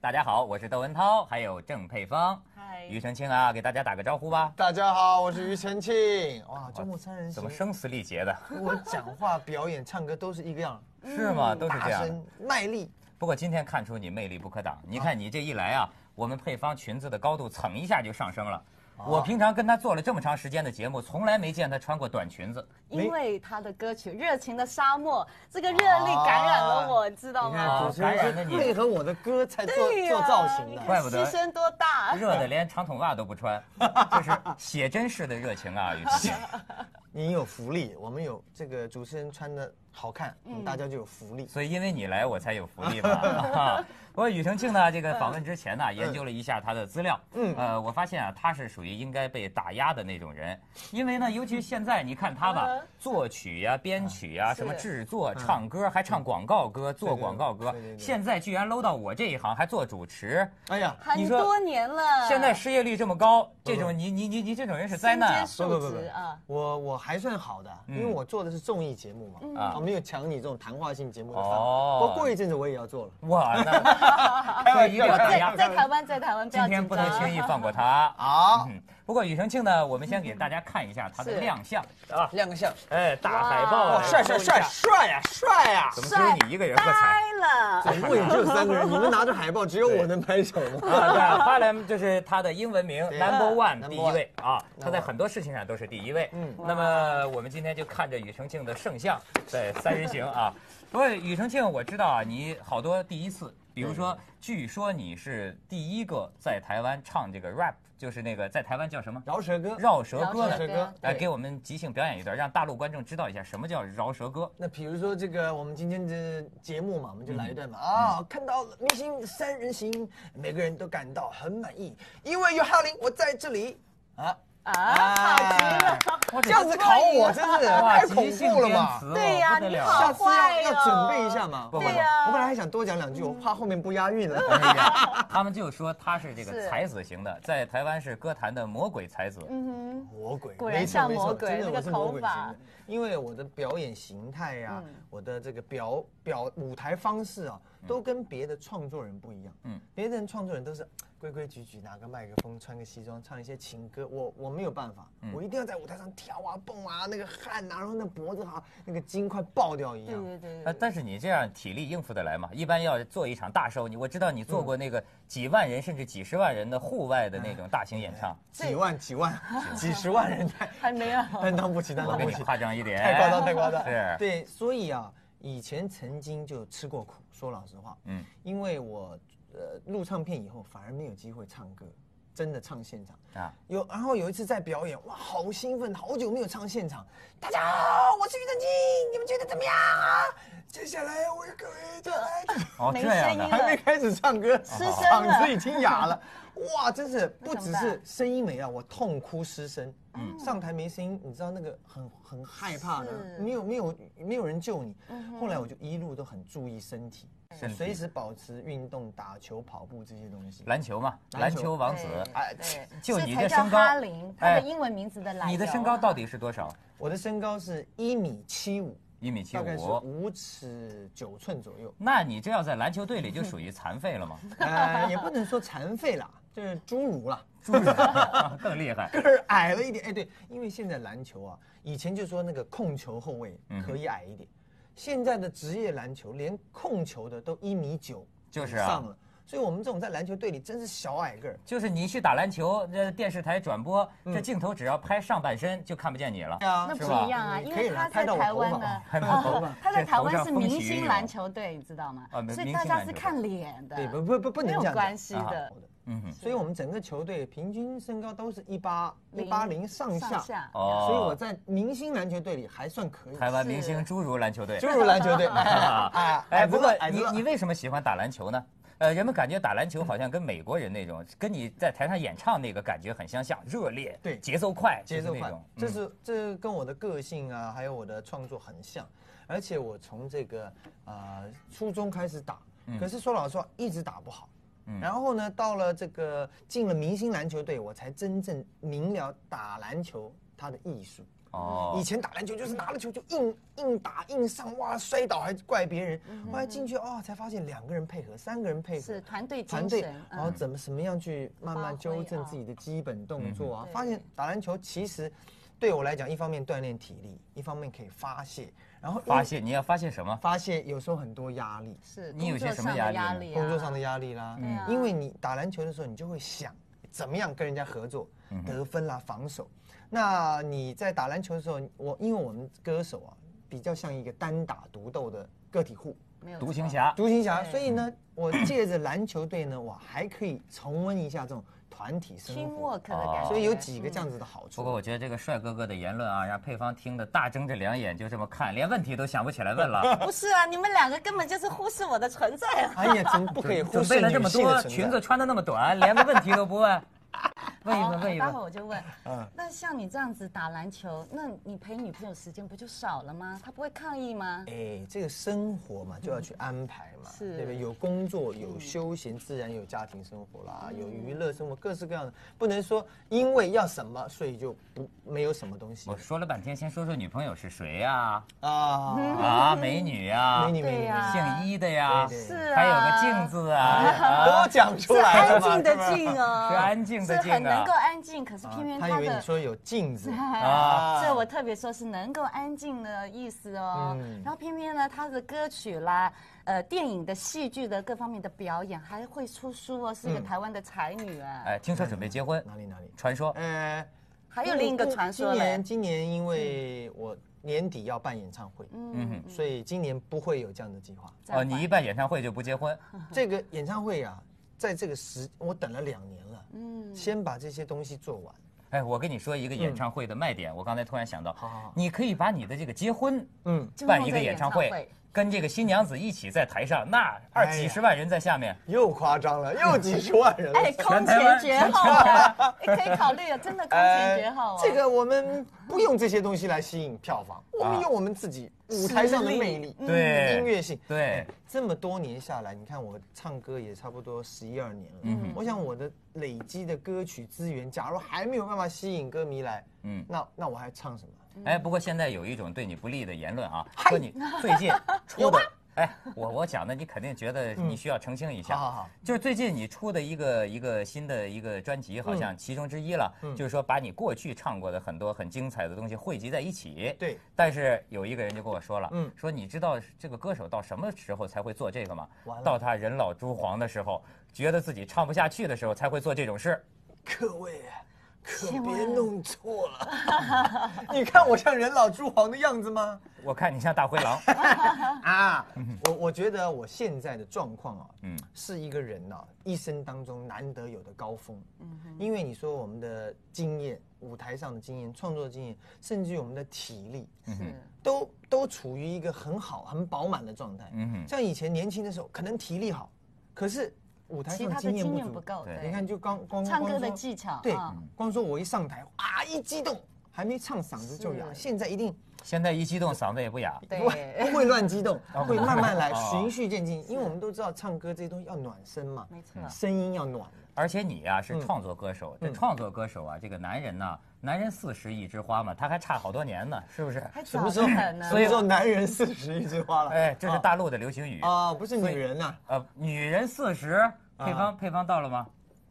大家好，我是窦文涛，还有郑佩芳、哎嗨，庾澄庆啊，给大家打个招呼吧。大家好，我是庾澄庆。哇，周末三人怎行么，声嘶力竭的？我讲话、表演、唱歌都是一个样，是吗？都是这嗯大样。声、卖力。不过今天看出你魅力不可挡，哦你看你这一来啊，我们配方裙子的高度蹭一下就上升了。哦我平常跟她做了这么长时间的节目，从来没见她穿过短裙子。因为他的歌曲《热情的沙漠》，这个热力感染了啊我，知道你看，吗主？持人是配合我的歌才做哦对呀做造型你看的。怪不得牺牲多啊大。热的连长筒袜都不 穿，就是写真式的热情啊，庾澄庆。你有福利，我们有这个主持人穿的好看，嗯我们大家就有福利。所以因为你来，我才有福利嘛。 啊不过庾澄庆呢，这个访问之前嗯呢，研究了一下他的资料，嗯，呃，我发现啊，他是属于应该被打压的那种人，因为呢，嗯尤其现在你看他吧嗯，作曲呀、编曲呀、是什么制作、唱歌，还唱广告歌、做啊嗯对对广告歌对对，对现在居然搂到我这一行，还做主持，哎呀，很多年了，现在失业率这么高，这种嗯你你你你这种人是灾难啊身兼！数职啊，我我还算好的，因为我做的是综艺节目嗯嘛，啊啊，没有抢你这种谈话性节目的饭碗。哦不过过一阵子我也要做了。哇， 那所以一定要打压在，在台湾，在台湾不今要天紧不能轻张。易放过他。好，嗯，不过庾澄庆呢，我们先给大家看一下他的是亮相啊，亮个相，哎，大哇海报哇，啊，哦帅帅帅帅呀帅呀！怎么只有你一个人喝彩？呆了，怎么会只有三个人？你们拿着海报，只有我能拍手吗？啊，对 啊，哈兰就是他的英文名对 Number One， Number 第一位啊，他在很多事情上都是第一位。嗯，那么我们今天就看着庾澄庆的圣像在三人行啊。不过庾澄庆，我知道啊，你好多第一次，比如嗯说，据说你是第一个在台湾唱这个 rap，就是那个在台湾叫什么饶舌歌，绕舌歌饶的舌，歌来给我们即兴表演一段，让大陆观众知道一下什么叫饶舌歌。那比如说这个我们今天的节目嘛，我们就来一段嘛。啊，看到明星三人行，每个人都感到很满意，因为有哈林，我在这里啊哎啊，好极了，哇这样子考我真是哇，太恐怖了嘛！对呀不得了你好下次要要准备一下嘛。不不不对呀我本来还想多讲两句，我怕后面不押韵了。哎呀他们就说他是这个是才子型的，在台湾是歌坛的魔鬼才子。嗯魔鬼，果然没错像没错魔鬼真的那个我是魔头鬼型发的。因为我的表演形态呀、嗯我的这个表表舞台方式啊，都跟别的创作人不一样。嗯嗯，别人创作人都是规规矩矩，拿个麦克风，穿个西装，唱一些情歌。我我没有办法，我一定要在舞台上跳啊蹦啊，那个汗啊，然后那脖子好、像那个筋快爆掉一哼，样。对对对呃，对，但是你这样体力应付得来吗？一般要做一场大show，你我知道你做过那个几万人甚至几十万人的户外的那种大型演唱，几万 几万几十万人太呃还没有。担当不起，担我当给不你起，夸张一点，哎太夸张太夸张。哎是对，所以啊，以前曾经就吃过苦，说老实话，嗯嗯，因为我呃录唱片以后，反而没有机会唱歌，真的唱现场。啊！有，然后有一次在表演，哇，好兴奋，好久没有唱现场。大家好，我是庾澄庆，你们觉得怎么样啊？接下来我各位就来，哦，没这样声的音。还没开始唱歌，声了嗓子已经哑了。哇，真是不只那怎么是声音没了，我痛哭失声。上台没声音，你知道那个很很害怕的是，没有没有没有人救你。后来我就一路都很注意身体身，体随时保持运动、打球、跑步这些东西。篮球嘛，篮篮球球王子，哎对，就你这才这叫身高哈林，他哎的英文名字的来由。你的身高到底是多少？我的身高是一米七五，一米七大概是五。。五尺九寸左右 那你这要在篮球队里就属于残废了吗？呃，也不能说残废啦，就是侏儒啦。猪人 更厉害。个 儿矮了一点。哎，对，因为现在篮球啊，以前就说那个控球后卫嗯可以矮一点，现在的职业篮球连控球的都一米九就是啊上了，所以我们这种在篮球队里真是小矮个儿。就是你去打篮球，这电视台转播，这镜头只要拍上半身就看不见你 了。啊那不是吧一样啊，你因可以为了他拍在到我台头湾发呢吧，拍到头发他在这台头湾上是风明起云星涌篮球队，你知道吗啊明？所以明大星家篮是球看脸的， 对，不不不，不能没这有样讲关系啊的。嗯哼，所以我们整个球队平均身高都是一八一零八零上下，上下哦所以我在明星篮球队里还算可以，台湾明星侏儒篮球队。就是 篮球队。哎哎，不过矮子你了你为什么喜欢打篮球呢？呃，人们感觉打篮球好像跟美国人那种，跟你在台上演唱那个感觉很相像，热烈，对节奏快，节奏就是那快种，这嗯是这跟我的个性啊，还有我的创作很像，而且我从这个呃初中开始打，嗯可是说老实话一直打不好。然后呢，到了这个进了明星篮球队，我才真正明了打篮球它的艺术。哦以前打篮球就是拿了球就硬硬打硬上，哇，摔倒还怪别人。嗯后来进去哦，才发现两个人配合，三个人配合，是团队团精队哦神，，嗯然后怎么什么样去慢慢纠正自己的基本动作啊嗯？发现对打篮球其实对我来讲，一方面锻炼体力，一方面可以发泄，然后一发泄，你要发泄什么？发泄有时候很多压力，是你有工些作什么上压的力压呢力啊，工作上的压力啦对啊，因为你打篮球的时候，你就会想怎么样跟人家合作，得分啦，防守。那你在打篮球的时候，我因为我们歌手啊，比较像一个单打独斗的个体户，没有独错行侠，独行侠，对所以呢，我借着篮球队呢，我还可以重温一下这种团体生活， teamwork 的哦嗯感觉，所以有几个这样子的好不过处。我觉得这个帅哥哥的言论啊，让配方听得大睁着两眼就这么看，连问题都想不起来问了。不是啊，你们两个根本就是忽视我的存在啊！哎呀，怎么不可以忽准视备了这女么性的多，存裙在子？穿的那么短，连个问题都不问， 问一好问，问一待会问儿。我就问嗯，那像你这样子打篮球，那你陪女朋友时间不就少了吗？她不会抗议吗？哎，这个生活嘛，就要去安排嘛，嗯是嗯对不对？有工作，有休闲，自然有家庭生活啦，有娱乐生活，各式各样的，不能说因为要什么，所以就不没有什么东西我说了半天，先说说女朋友是谁呀？啊。啊，美女呀美，女，美对女，呀姓伊的呀，对对是嗯啊，还有个镜，子 啊，都讲出是来安了嘛静的静哦，是安静的是静很能啊够。安静，可是啊偏偏他她以为你的。 说有镜子啊所以我特别说是能够安静的意思哦。嗯然后偏偏呢，他的歌曲啦，呃，电影的、戏剧的各方面的表演，还会出书哦，是一个台湾的才女啊。嗯哎，听说准备结婚，哪里哪里？传说呃，还有另一个传说今嘞哎年，今年因为我年底要办演唱会，嗯，所以今年不会有这样的计划。暂哦，缓你一办演唱会就不结 婚，嗯这个演唱会啊，在这个时我等了两年了，嗯，先把这些东西做完。哎，我跟你说一个演唱会的卖点，我刚才突然想到好好好，你可以把你的这个结婚，嗯，就办弄一个个演演唱唱会会，跟这个新娘子一起在台上，那二哎呀几十万人在下面，又夸张了，又几十万人了。哎，空全台湾前绝后 啊，哎可以考虑啊，真的空前绝哦后啊。这个我们不用这些东西来吸引票房，我们用我们自己舞台上的魅力，力啊嗯对音乐性。哎对，这么多年下来，你看我唱歌也差不多十一二年了，嗯我想我的累积的歌曲资源，假如还没有办法吸引歌迷来，嗯。那那我还唱什么？哎，不过现在有一种对你不利的言论啊，说你最近出的，哎，我我讲的你肯定觉得你需要澄清一下。嗯好好好，就是最近你出的一个一个新的一个专辑，嗯好像其中之一了，就是说把你过去唱过的很多很精彩的东西汇集在一起。对。但是有一个人就跟我说了，嗯说你知道这个歌手到什么时候才会做这个吗完？了到他人老珠黄的时候，觉得自己唱不下去的时候才会做这种事。各位啊，可哎千万别弄错了。 你看我像人老珠黄的样子吗？我看你像大灰狼， 啊，我我觉得我现在的状况啊，嗯，是一个人呐、一生当中难得有的高峰。嗯因为你说我们的经验，舞台上的经验、创作经验，甚至于我们的体力，嗯是都都处于一个很好、很饱满的状态。嗯哼，像以前年轻的时候，可能体力好，可是舞台其上他的经验经不验足。不够，对对，你看，就刚光嗯唱光歌的说技巧，对啊，光说我一上台啊，一激动还没唱嗓子就哑，是现在一定现在一激动嗓子也不哑。不会对不会乱激动，会慢慢来，哦循序渐进。因为我们都知道唱歌这些东西要暖身嘛，没错，声音要暖。而且你呀、嗯是创作歌手，这创作歌手啊，这个男人呐、男人四十一枝花嘛，他还差好多年呢，是不是？还什早么时得候？很呢。什么时候男人四十一枝花了？哎，这是大陆的流行语。啊，不是女人呐，呃，女人四十，配方配方到了吗？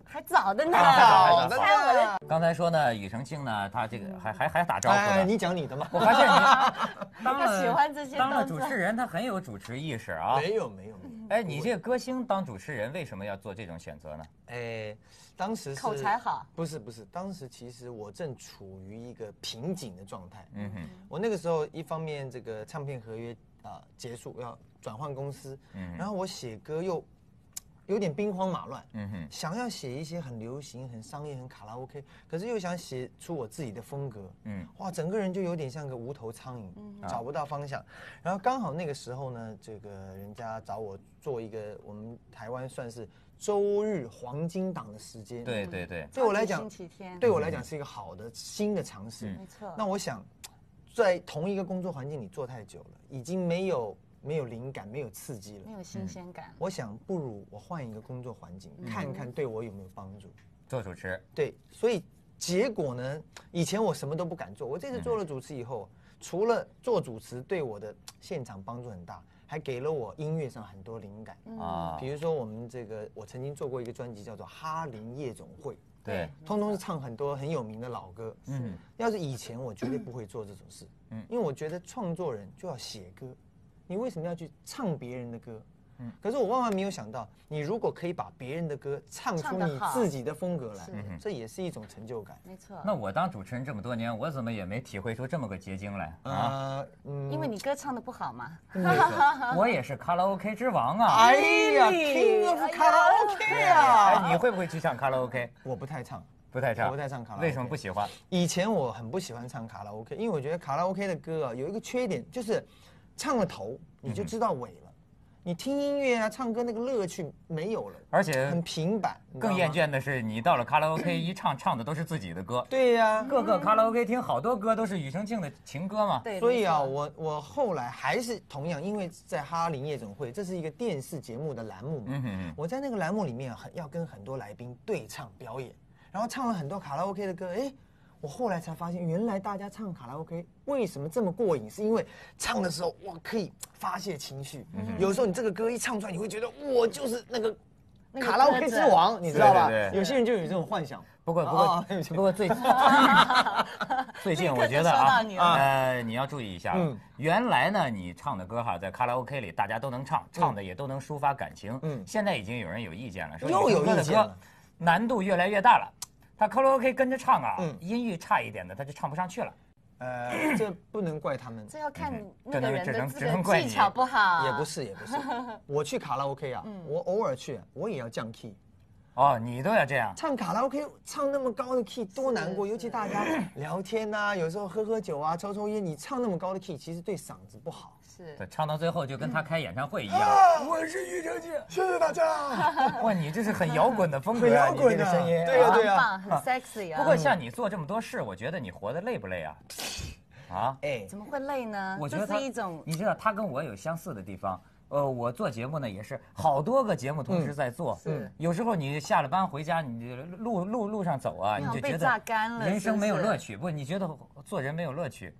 还早的呢，还早还早猜我的刚才说呢，庾澄庆呢，他这嗯个还还还打招呼哎，呢。你讲你的嘛。我发现 你当他喜了欢这些当了动主作。持人，他很有主持意识啊。没有没有没有，哎，你这个歌星当主持人，为什么要做这种选择呢？哎，当时是口才好，不是不是，当时其实我正处于一个瓶颈的状态。嗯哼，我那个时候一方面这个唱片合约啊、结束要转换公司，嗯然后我写歌又嘖有点兵荒马乱，嗯哼，想要写一些很流行、很商业、很卡拉 OK，可是又想写出我自己的风格，嗯哇，整个人就有点像个无头苍蝇，找不到方向。然后刚好那个时候呢，这个人家找我做一个我们台湾算是周日黄金档的时间，，对对对，对我来讲星，期天，对我来讲是一个好的新的尝试。嗯没错。那我想，在同一个工作环境里做太久了，已经没有没有灵感，没有刺激了没。有新鲜感，我想，不嗯如我换一个工作环境，看看对我有没有帮助。做主持，对，所以结果呢，以前我什么都不敢做，我这次嗯做了主持以后，除了做主持对我的现场帮助很大，还给了我音乐上很多灵感。嗯啊，比如说我们这个，我曾经做过一个专辑叫做《哈林夜总会》，对，通通是唱很多很有名的老歌。嗯要是以前我绝对不会做这种事，嗯因为我觉得创作人就要写歌，你为什么要去唱别人的歌？嗯可是我万万没有想到，你如果可以把别人的歌唱出唱得你好自己的风格来是嗯，这也是一种成就感。没错。那我当主持人这么多年，我怎么也没体会出这么个结晶来啊？嗯呃，嗯因为你歌唱的不好嘛，我也是卡拉 OK 之王啊！哎呀 Really？，King of 卡拉 OK 啊！哎，你会不会去唱卡拉 OK？我不太唱，不太唱，我不太唱卡拉 OK 为什么不喜欢？以前我很不喜欢唱卡拉 OK，因为我觉得卡拉 OK 的歌啊有一个缺点，就是唱了头你就知道尾了，你听音乐啊唱歌那个乐趣没有了，而且很啊平板，你知道嗯更吗厌。倦的是，你到了卡拉 OK 一唱，唱的都是自己的歌。对呀、各个卡拉 OK 厅好多歌都是庾澄庆的情歌嘛。对，所以啊，没错我我后来还是同样，因为在哈林夜总会，这是一个电视节目的栏目嘛，嗯哼哼我在那个栏目里面啊很要跟很多来宾对唱表演，然后唱了很多卡拉 OK 的歌，哎。我后来才发现，原来大家唱卡拉 OK 为什么这么过瘾，是因为唱的时候哇可以发泄情绪。嗯有时候你这个歌一唱出来，你会觉得我就是那个那个卡拉 OK 歌之者王，你知道吧？对对对有些人就有这种幻想。不过不哦 过对不起不过最 最近我觉得立刻就说啊到你了呃你要注意一下嗯，原来呢你唱的歌哈在卡拉 OK 里大家都能唱，唱的也都能抒发感情。嗯现在已经有人有意见了，说又有你唱歌意的见了歌难度越来越大了。他卡拉 OK 跟着唱啊嗯，音域差一点的他就唱不上去了。嗯呃，这不能怪他 们，这要看这那能个人只能的只这能个怪技你巧不好，啊也不是也不是。我去卡拉 OK 啊，嗯我偶尔去，我也要降 key。哦，你都要这样。唱卡拉 OK 唱那么高的 key 多难过，是尤其大家聊天呐、有时候喝喝酒啊、抽抽烟，你唱那么高的 key，其实对嗓子不好。是对，唱到最后就跟他开演唱会一样。我啊是庾澄庆，谢谢大家。哇，你这是很摇滚的风很格啊，摇你这滚个的声音。对呀、对呀、很棒，很 sexy 啊。不过像你做这么多事，我觉得你活得累不累啊？啊， 哎，怎么会累呢？我觉啊这得他是一种你知道他跟我有相似的地方。呃，我做节目呢也是好多个节目同时在做，嗯是有时候你下了班回家，你路路路上走啊，你你好就像觉被榨得干了人生没有是不是乐趣，不，你觉得做人没有乐趣？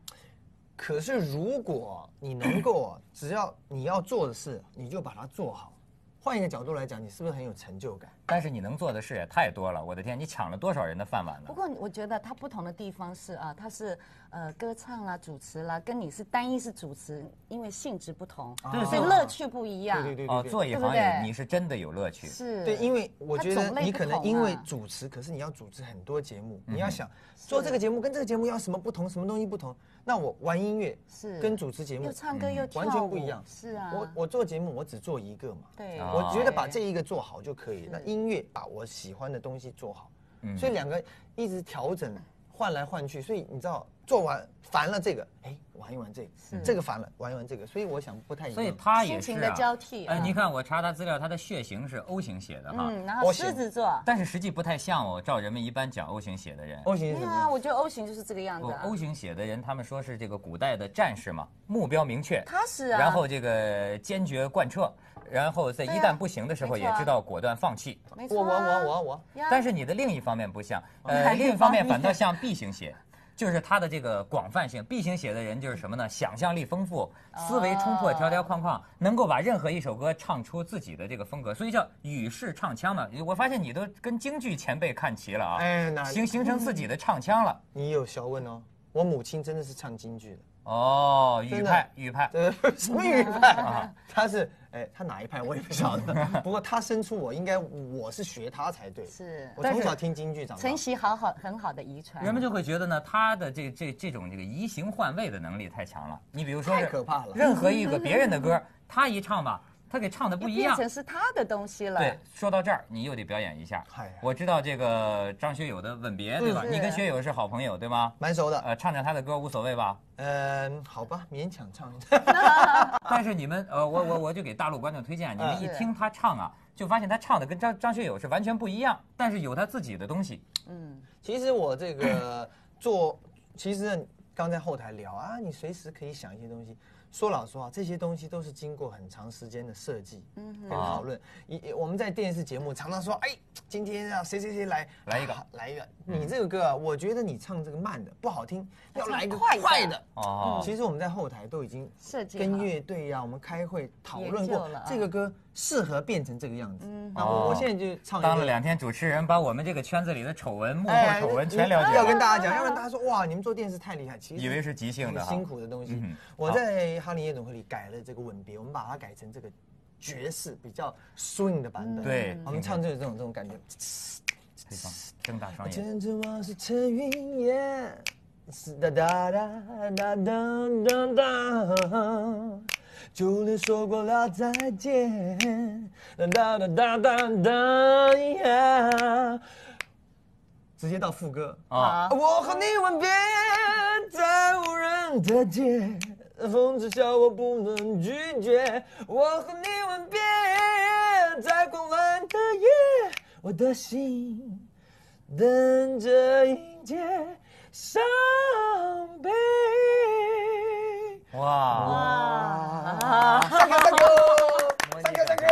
可是如果你能够啊，只要你要做的事，你就把它做好。换一个角度来讲，你是不是很有成就感？但是你能做的事也太多了，我的天，你抢了多少人的饭碗呢不？过我觉得它不同的地方是啊，它是呃歌唱啦、主持啦，跟你是单一是主持，因为性质不同，对所以对乐趣不一样。哦对对对哦，对对。做一对不行也对你是真的有乐趣，是。对，因为我它觉得种类你不可能同因为啊嗯主持，可是你要主持很多节目，你要想做这个节目跟这个节目要什么不同，什么东西不同。那我玩音乐是跟主持节目又唱歌又跳舞，完全不一样是啊，我我做节目，我只做一个嘛。对，啊我觉得把这对一个做好就可以。那音乐把我喜欢的东西做好，嗯所以两个一直调整，换来换去。所以你知道，做完烦了这个，哎，玩一玩这个，这个烦了，玩一玩这个。所以我想不太一样。所以他也心是、啊、情的交替哎，嗯你啊看我查他资料，他的血型是 O 型血的哈，嗯，然后我喜狮子座，但是实际不太像我照人们一般讲 O 型血的人。 O 型对是什么啊，样？我觉得 O 型就是这个样不子啊，哦 O 型血的人，他们说是这个古代的战士嘛，目标明确，踏实啊，然后这个坚决贯彻，然后在对一啊旦不行的时候没也错嗯啊知道果断放弃。没我错啊我我我我我，我但是你的另一方面不 像，呃，还另一方面反倒像 B 型血，就是它的这个广泛性。B 型血的人就是什么呢？想象力丰富，哦思维冲破条条框框，能够把任何一首歌唱出自己的这个风格，所以叫与世唱腔嘛。我发现你都跟京剧前辈看齐了啊，哎，那形形成自己的唱腔了。你有学问哦。我母亲真的是唱京剧的。哦，真语的派，语派。呃， 什么语啊派？他是哎，他哪一派我也不 晓得。不过他生出我，应该我是学他才对。是我但是从小听京剧长大承。袭好好很好的遗传，人们就会觉得呢，他的这这这种这个移形换位的能力太强了。你比如说，太可怕了任何一个别人的歌，他一唱吧，他给唱的不又一变样。成是他的东西了，对，说到这儿，你又得表演一下哎呀。我知道这个张学友的《吻别》，对吧？嗯你跟是学友是好朋友，对吗？蛮熟的，呃，唱唱他的歌无所谓吧。嗯，好吧，勉强唱一 下。但是你们，呃，我我我就给大陆观众推荐，你们啊嗯一听他唱啊，就发现他唱的跟张张学友是完全不一样，但是有他自己的东西。嗯，其实我这个做，其实刚在后台聊啊，你随时可以想一些东西。说老实话，这些东西都是经过很长时间的设计跟讨论。一我们在电视节目常常说，哎，今天啊谁谁谁来来一个啊来一个。你这个歌啊，我觉得你唱这个慢的不好听，要来一个快的快的。哦，其实我们在后台都已经设计跟好乐队呀、我们开会讨论研究过了啊嗯这个歌适合变成这个样子。那哦我我现在就唱一个当了两天主持人，把我们这个圈子里的丑闻、幕后哎丑闻全了解要跟了，大家讲，要不然大家说哇，你们做电视太厉害，其实以为是即兴的很哈。辛苦的东西嗯。我在哈林夜总会里改了这个吻别，我们把它改成这个爵士比较 swing 的版嗯本。对我们唱这种这种这种感觉。对方睁大双眼，牵着往事成云烟，是哒哒哒哒哒哒哒。就连说过了再见，哒哒哒哒哒哒呀。直接到副歌啊啊，我和你吻别在无人的街，风痴笑我不能拒绝。我和你吻别在狂乱的夜，我的心等着迎接伤悲。啊哇！哇！三个三个，三个三个，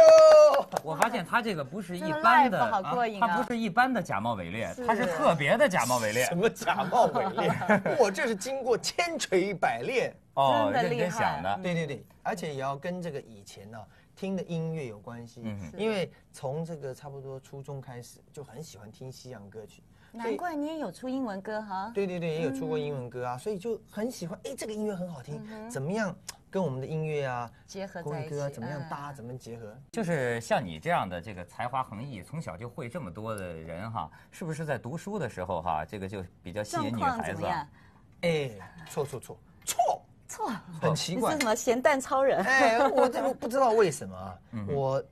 我发现他这个不是一这个般 live 的，好过瘾啊他不是一般的假冒伪劣，是他是特别的假冒伪劣什。么假冒伪劣？我这是经过千锤百炼。哦，真的认真厉害想的，对对对，而且也要跟这个以前呢、听的音乐有关系，嗯因为从这个差不多初中开始就很喜欢听西洋歌曲，所难以怪你也有出英文歌哈。对对对，也有出过英文歌啊，所以就很喜欢，哎，这个音乐很好听，怎么样跟我们的音乐啊、结合国在语一歌啊起， 怎么样嗯搭，怎么结合？就是像你这样的这个才华横溢，从小就会这么多的人哈，是不是在读书的时候哈，这个就比较吸状引女况孩怎么子啊？样？哎，错错错错，错，很奇你怪 是什，么咸蛋超人？哎，我这个不知道为什么啊，我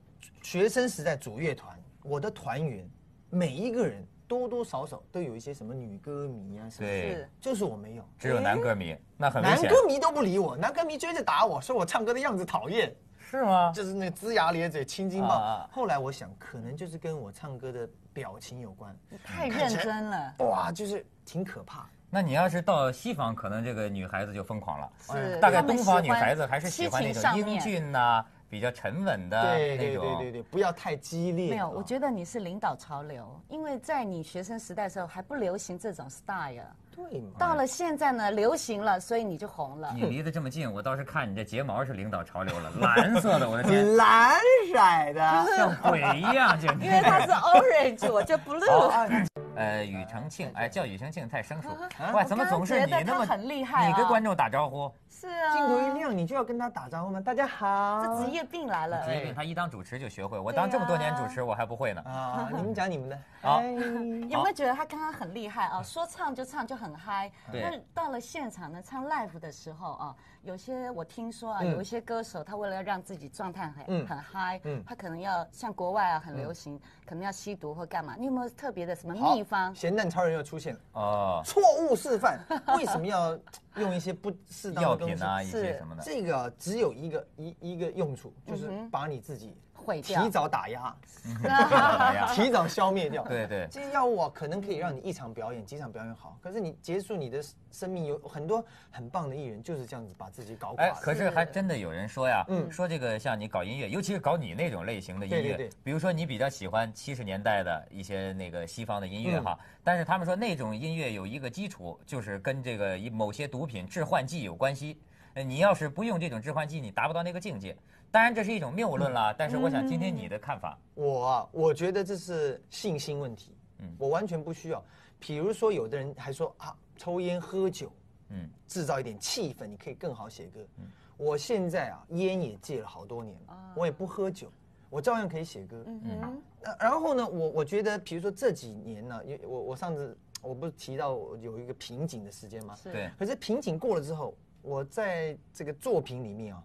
学生时代组乐团，我的团员每一个人多多少少都有一些什么女歌迷啊什么的。对是，就是我没有，只有男歌迷，那很危男险，歌迷都不理我，男歌迷追着打我，说我唱歌的样子讨厌，是吗？就是那龇牙咧嘴、青筋暴啊啊躁。后来我想，可能就是跟我唱歌的表情有关，太认真了，哇，就是挺可怕。那你要是到西方，可能这个女孩子就疯狂了。是大概他们东方喜女孩欢子还是喜欢那七情上种英面俊呐、比较沉稳的对啊那哦对对对种。对，不要太激烈。啊没有，我觉得你是领导潮流，因为在你学生时代的时候还不流行这种 style，对嘛。到了现在呢流行了，所以你就红 了。你离得这么近，我倒是看你这睫毛是领导潮流了，蓝色的，我的 天，蓝 色的，像鬼一样，简直。因为它是 orange，我就 blue。哦啊呃，庾澄庆，哎，叫庾澄庆太生疏。哇，怎么总是啊我你刚觉得那么他很厉害啊你跟观众打招呼，是啊，镜头一亮，啊你就要跟他打招呼吗？大家好。这职业病来了。职业病，他一当主持就学会，我当这么多年主持，我还不会呢。啊，你们讲你们的。 好哎有没有觉得他刚刚很厉害嗯啊？说唱就唱就很嗨，对那到了现场呢，唱 live 的时候啊，有些我听说啊，嗯有一些歌手他为了要让自己状态很、嗯很嗨，嗯他可能要像国外啊很流行，可能要吸毒或干嘛。你有没有特别的什么好秘方？咸蛋超人又出现了。哦，错误示 范，为什么要用一些不适当药的东品西？啊，一些是什么 的。这个只有一个一一个用处，就是把你自己毁嗯掉提早打压，哎 呀提早消灭掉。对对这些药物啊，可能可以让你一场表演、几场表演好，可是你结束你的生命，有很多很棒的艺人就是这样子把自己搞垮哎，了。可是是还真的有人说呀，嗯说这个像你搞音乐，尤其是搞你那种类型的音乐，对对对比如说你比较喜欢七十年代的一些那个西方的音嗯乐哈，但是他们说那种音乐有一个基础，就是跟这个一某些毒品致幻剂有关系。呃你要是不用这种致幻剂，你达不到那个境界。当然这是一种谬论嗯啦，但是我想听听你的看法。我啊我觉得这是信心问题，嗯我完全不需要。比如说，有的人还说啊，抽烟喝酒，嗯，制造一点气氛，你可以更好写歌。我现在啊，烟也戒了好多年了，我也不喝酒，我照样可以写歌。啊嗯，那呃然后呢，我我觉得，比如说这几年呢、因为我我上次我不是提到我有一个瓶颈的时间吗？是对，可是瓶颈过了之后，我在这个作品里面啊，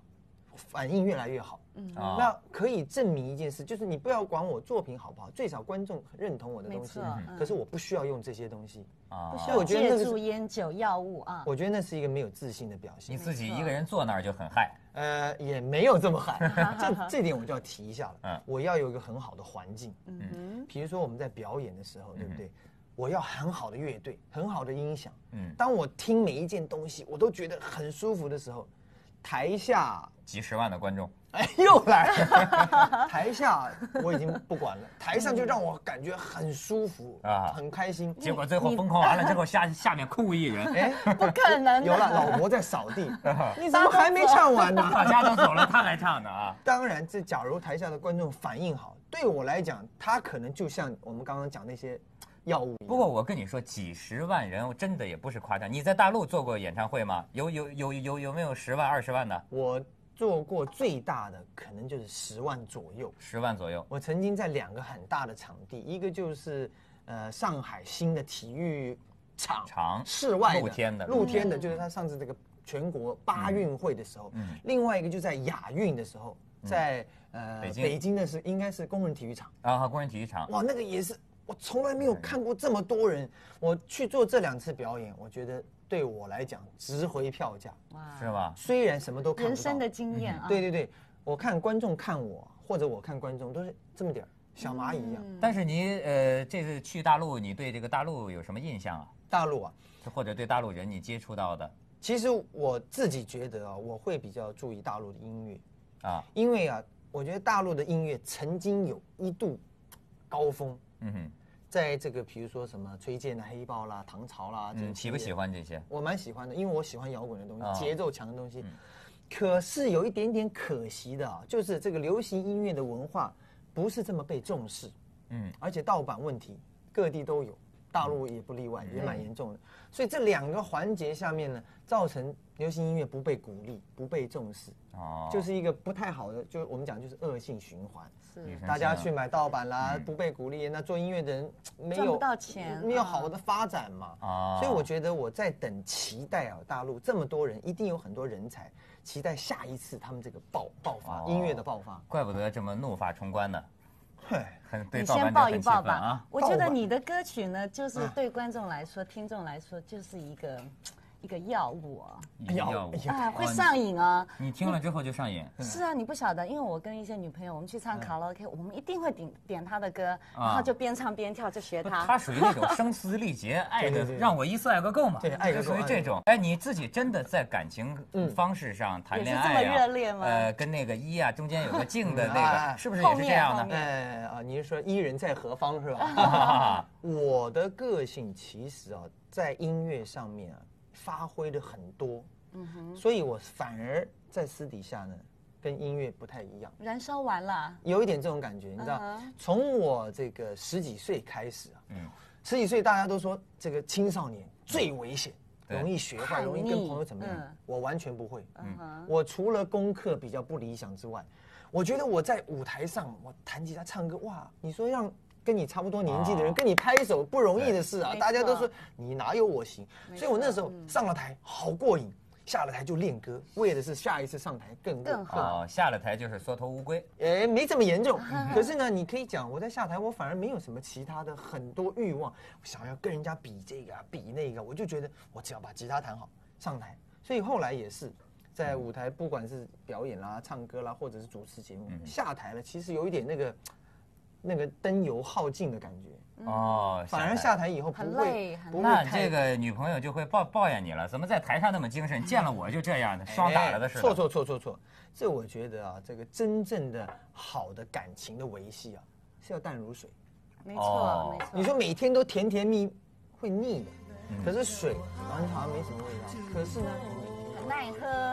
反应越来越好。嗯啊那可以证明一件事，就是你不要管我作品好不好，最少观众认同我的没东西错。嗯可是我不需要用这些东西，啊，所以我觉得那借个助是，烟酒药物啊，我觉得那是一个没有自信的表你现。自己一个人坐那儿就很嗨。呃，也没有这么 狠，这这点我就要提一下了。嗯我要有一个很好的环境，嗯比如说我们在表演的时嗯候，对不对？我要很好的乐队，很好的音响。嗯当我听每一件东西，我都觉得很舒服的时候，台下 几十万的观众，哎，又来 了。台下我已经不管了，台上就让我感觉很舒服啊啊，很开心。结果最后疯狂完了之后，下下面哭一人， 哎，不可能啊的。有了，老婆在扫地，你怎么还没唱完呢？大家都走了，他还唱呢啊！当然，这假如台下的观众反应好，对我来讲，他可能就像我们刚刚讲那些药物一 不样。过我跟你说，几十万人我真的也不是夸张。你在大陆做过演唱会吗？有有有有有没有十万、二十万的？我做过最大的可能就是十万左右。十万左右。我曾经在两个很大的场地，一个就是呃上海新的体育场，场室外的露天的露嗯天的，就是他上次这个全国八运会的时候，嗯另外一个就在亚运的时候，在呃北京的是应该是工人体育场，然啊后工人体育场，哇，那个也是我从来嗯没有看过这么多人，我去做这两次表演，我觉得对我来讲值回票价，哇是吗？虽然什么都看不到，嗯人生的经验啊，对对对，我看观众看我，或者我看观众都是这么点儿小蚂蚁一样。嗯但是你呃，这次去大陆，你对这个大陆有什么印象啊？大陆啊，或者对大陆人你接触到的其实我自己觉得啊，我会比较注意大陆的音乐，啊？因为啊，我觉得大陆的音乐曾经有一度高峰，嗯哼，在这个比如说什么崔健的《黑豹》啦、唐朝啦，这些嗯，喜不喜欢这些？我蛮喜欢的，因为我喜欢摇滚的东啊西，节奏强的东西。可是有一点点可惜的啊，就是这个流行音乐的文化不是这么被重视，嗯，而且盗版问题各地都有，大陆也不例外，也蛮严重的。所以这两个环节下面呢，造成流行音乐不被鼓励、不被重视，哦，就是一个不太好的，就是我们讲就是恶性循环。女是生大家像去买盗版啦，嗯不被鼓励，那做音乐的人没赚不有到钱没有啊好的发展嘛。啊，所以我觉得我在等期待啊，大陆这么多人，一定有很多人才期待下一次他们这个爆爆发、哦音乐的爆发。怪不得这么怒发冲冠呢，嘿，很对你盗版者先报一很气愤报吧。啊。我觉报得吧你的歌曲呢，就是对观众来说、听众来说，就是一个一个药物啊，要药物哎呀啊，会上瘾啊。你听了之后就上瘾，嗯是啊，你不晓得，因为我跟一些女朋友，我们去唱卡拉 OK，我们一定会点点她的歌，然后就边唱边跳，就学不她。它属于那种声嘶力竭，爱的 对对让我一次爱个够嘛，对爱个就够属嗯于爱这个种。哎，你自己真的在感情方式上谈也是恋这爱么啊热烈吗呃，跟那个一啊中间有个静的嗯那哎个，是不是后也是这面样后的？啊面哎啊，你是说伊人在何方是 哈吧？哈哈我的个性其实啊，在音乐上面啊，发挥的很多，嗯哼，所以我反而在私底下呢，跟音乐不太一样。燃烧完了，有一点这种感觉，你知道嗯哼从我这个十几岁开始啊，嗯十几岁大家都说这个青少年最危险，对容易学坏，叛逆容易跟朋友怎么嗯样。我完全不会，嗯哼，我除了功课比较不理想之外，我觉得我在舞台上我弹吉他唱歌，哇，你说让。跟你差不多年纪的人啊跟你拍手不容易的事哦啊对，大家都没错嗯说你哪有我行，所以我那时候上了台好过瘾，下了台就练歌，为的是下一次上台更更更好哦，下了台就是缩头乌龟，哎，没这么 严重。可是呢，你可以讲，我在下台，我反而没有什么其他的很多欲望，想要跟人家比这个、啊、比那个，我就觉得我只要把吉他弹好上台。所以后来也是在舞台，不管是表演啦、唱歌啦，或者是主持节目，嗯下台了，其实有一点那个那个灯油耗尽的感觉。哦，嗯反而台下台以后不很累会很不会那太这个女朋友就会抱抱怨你了，怎么在台上那么精神，见了我就这样的，双打了的似的。哎错错错错错，这我觉得啊，这个真正的好的感情的维系啊，是要淡如水。没哦错没错。你说每天都甜甜蜜，会腻的。可是水完全好像没什么味道，可是呢，你每天很耐喝。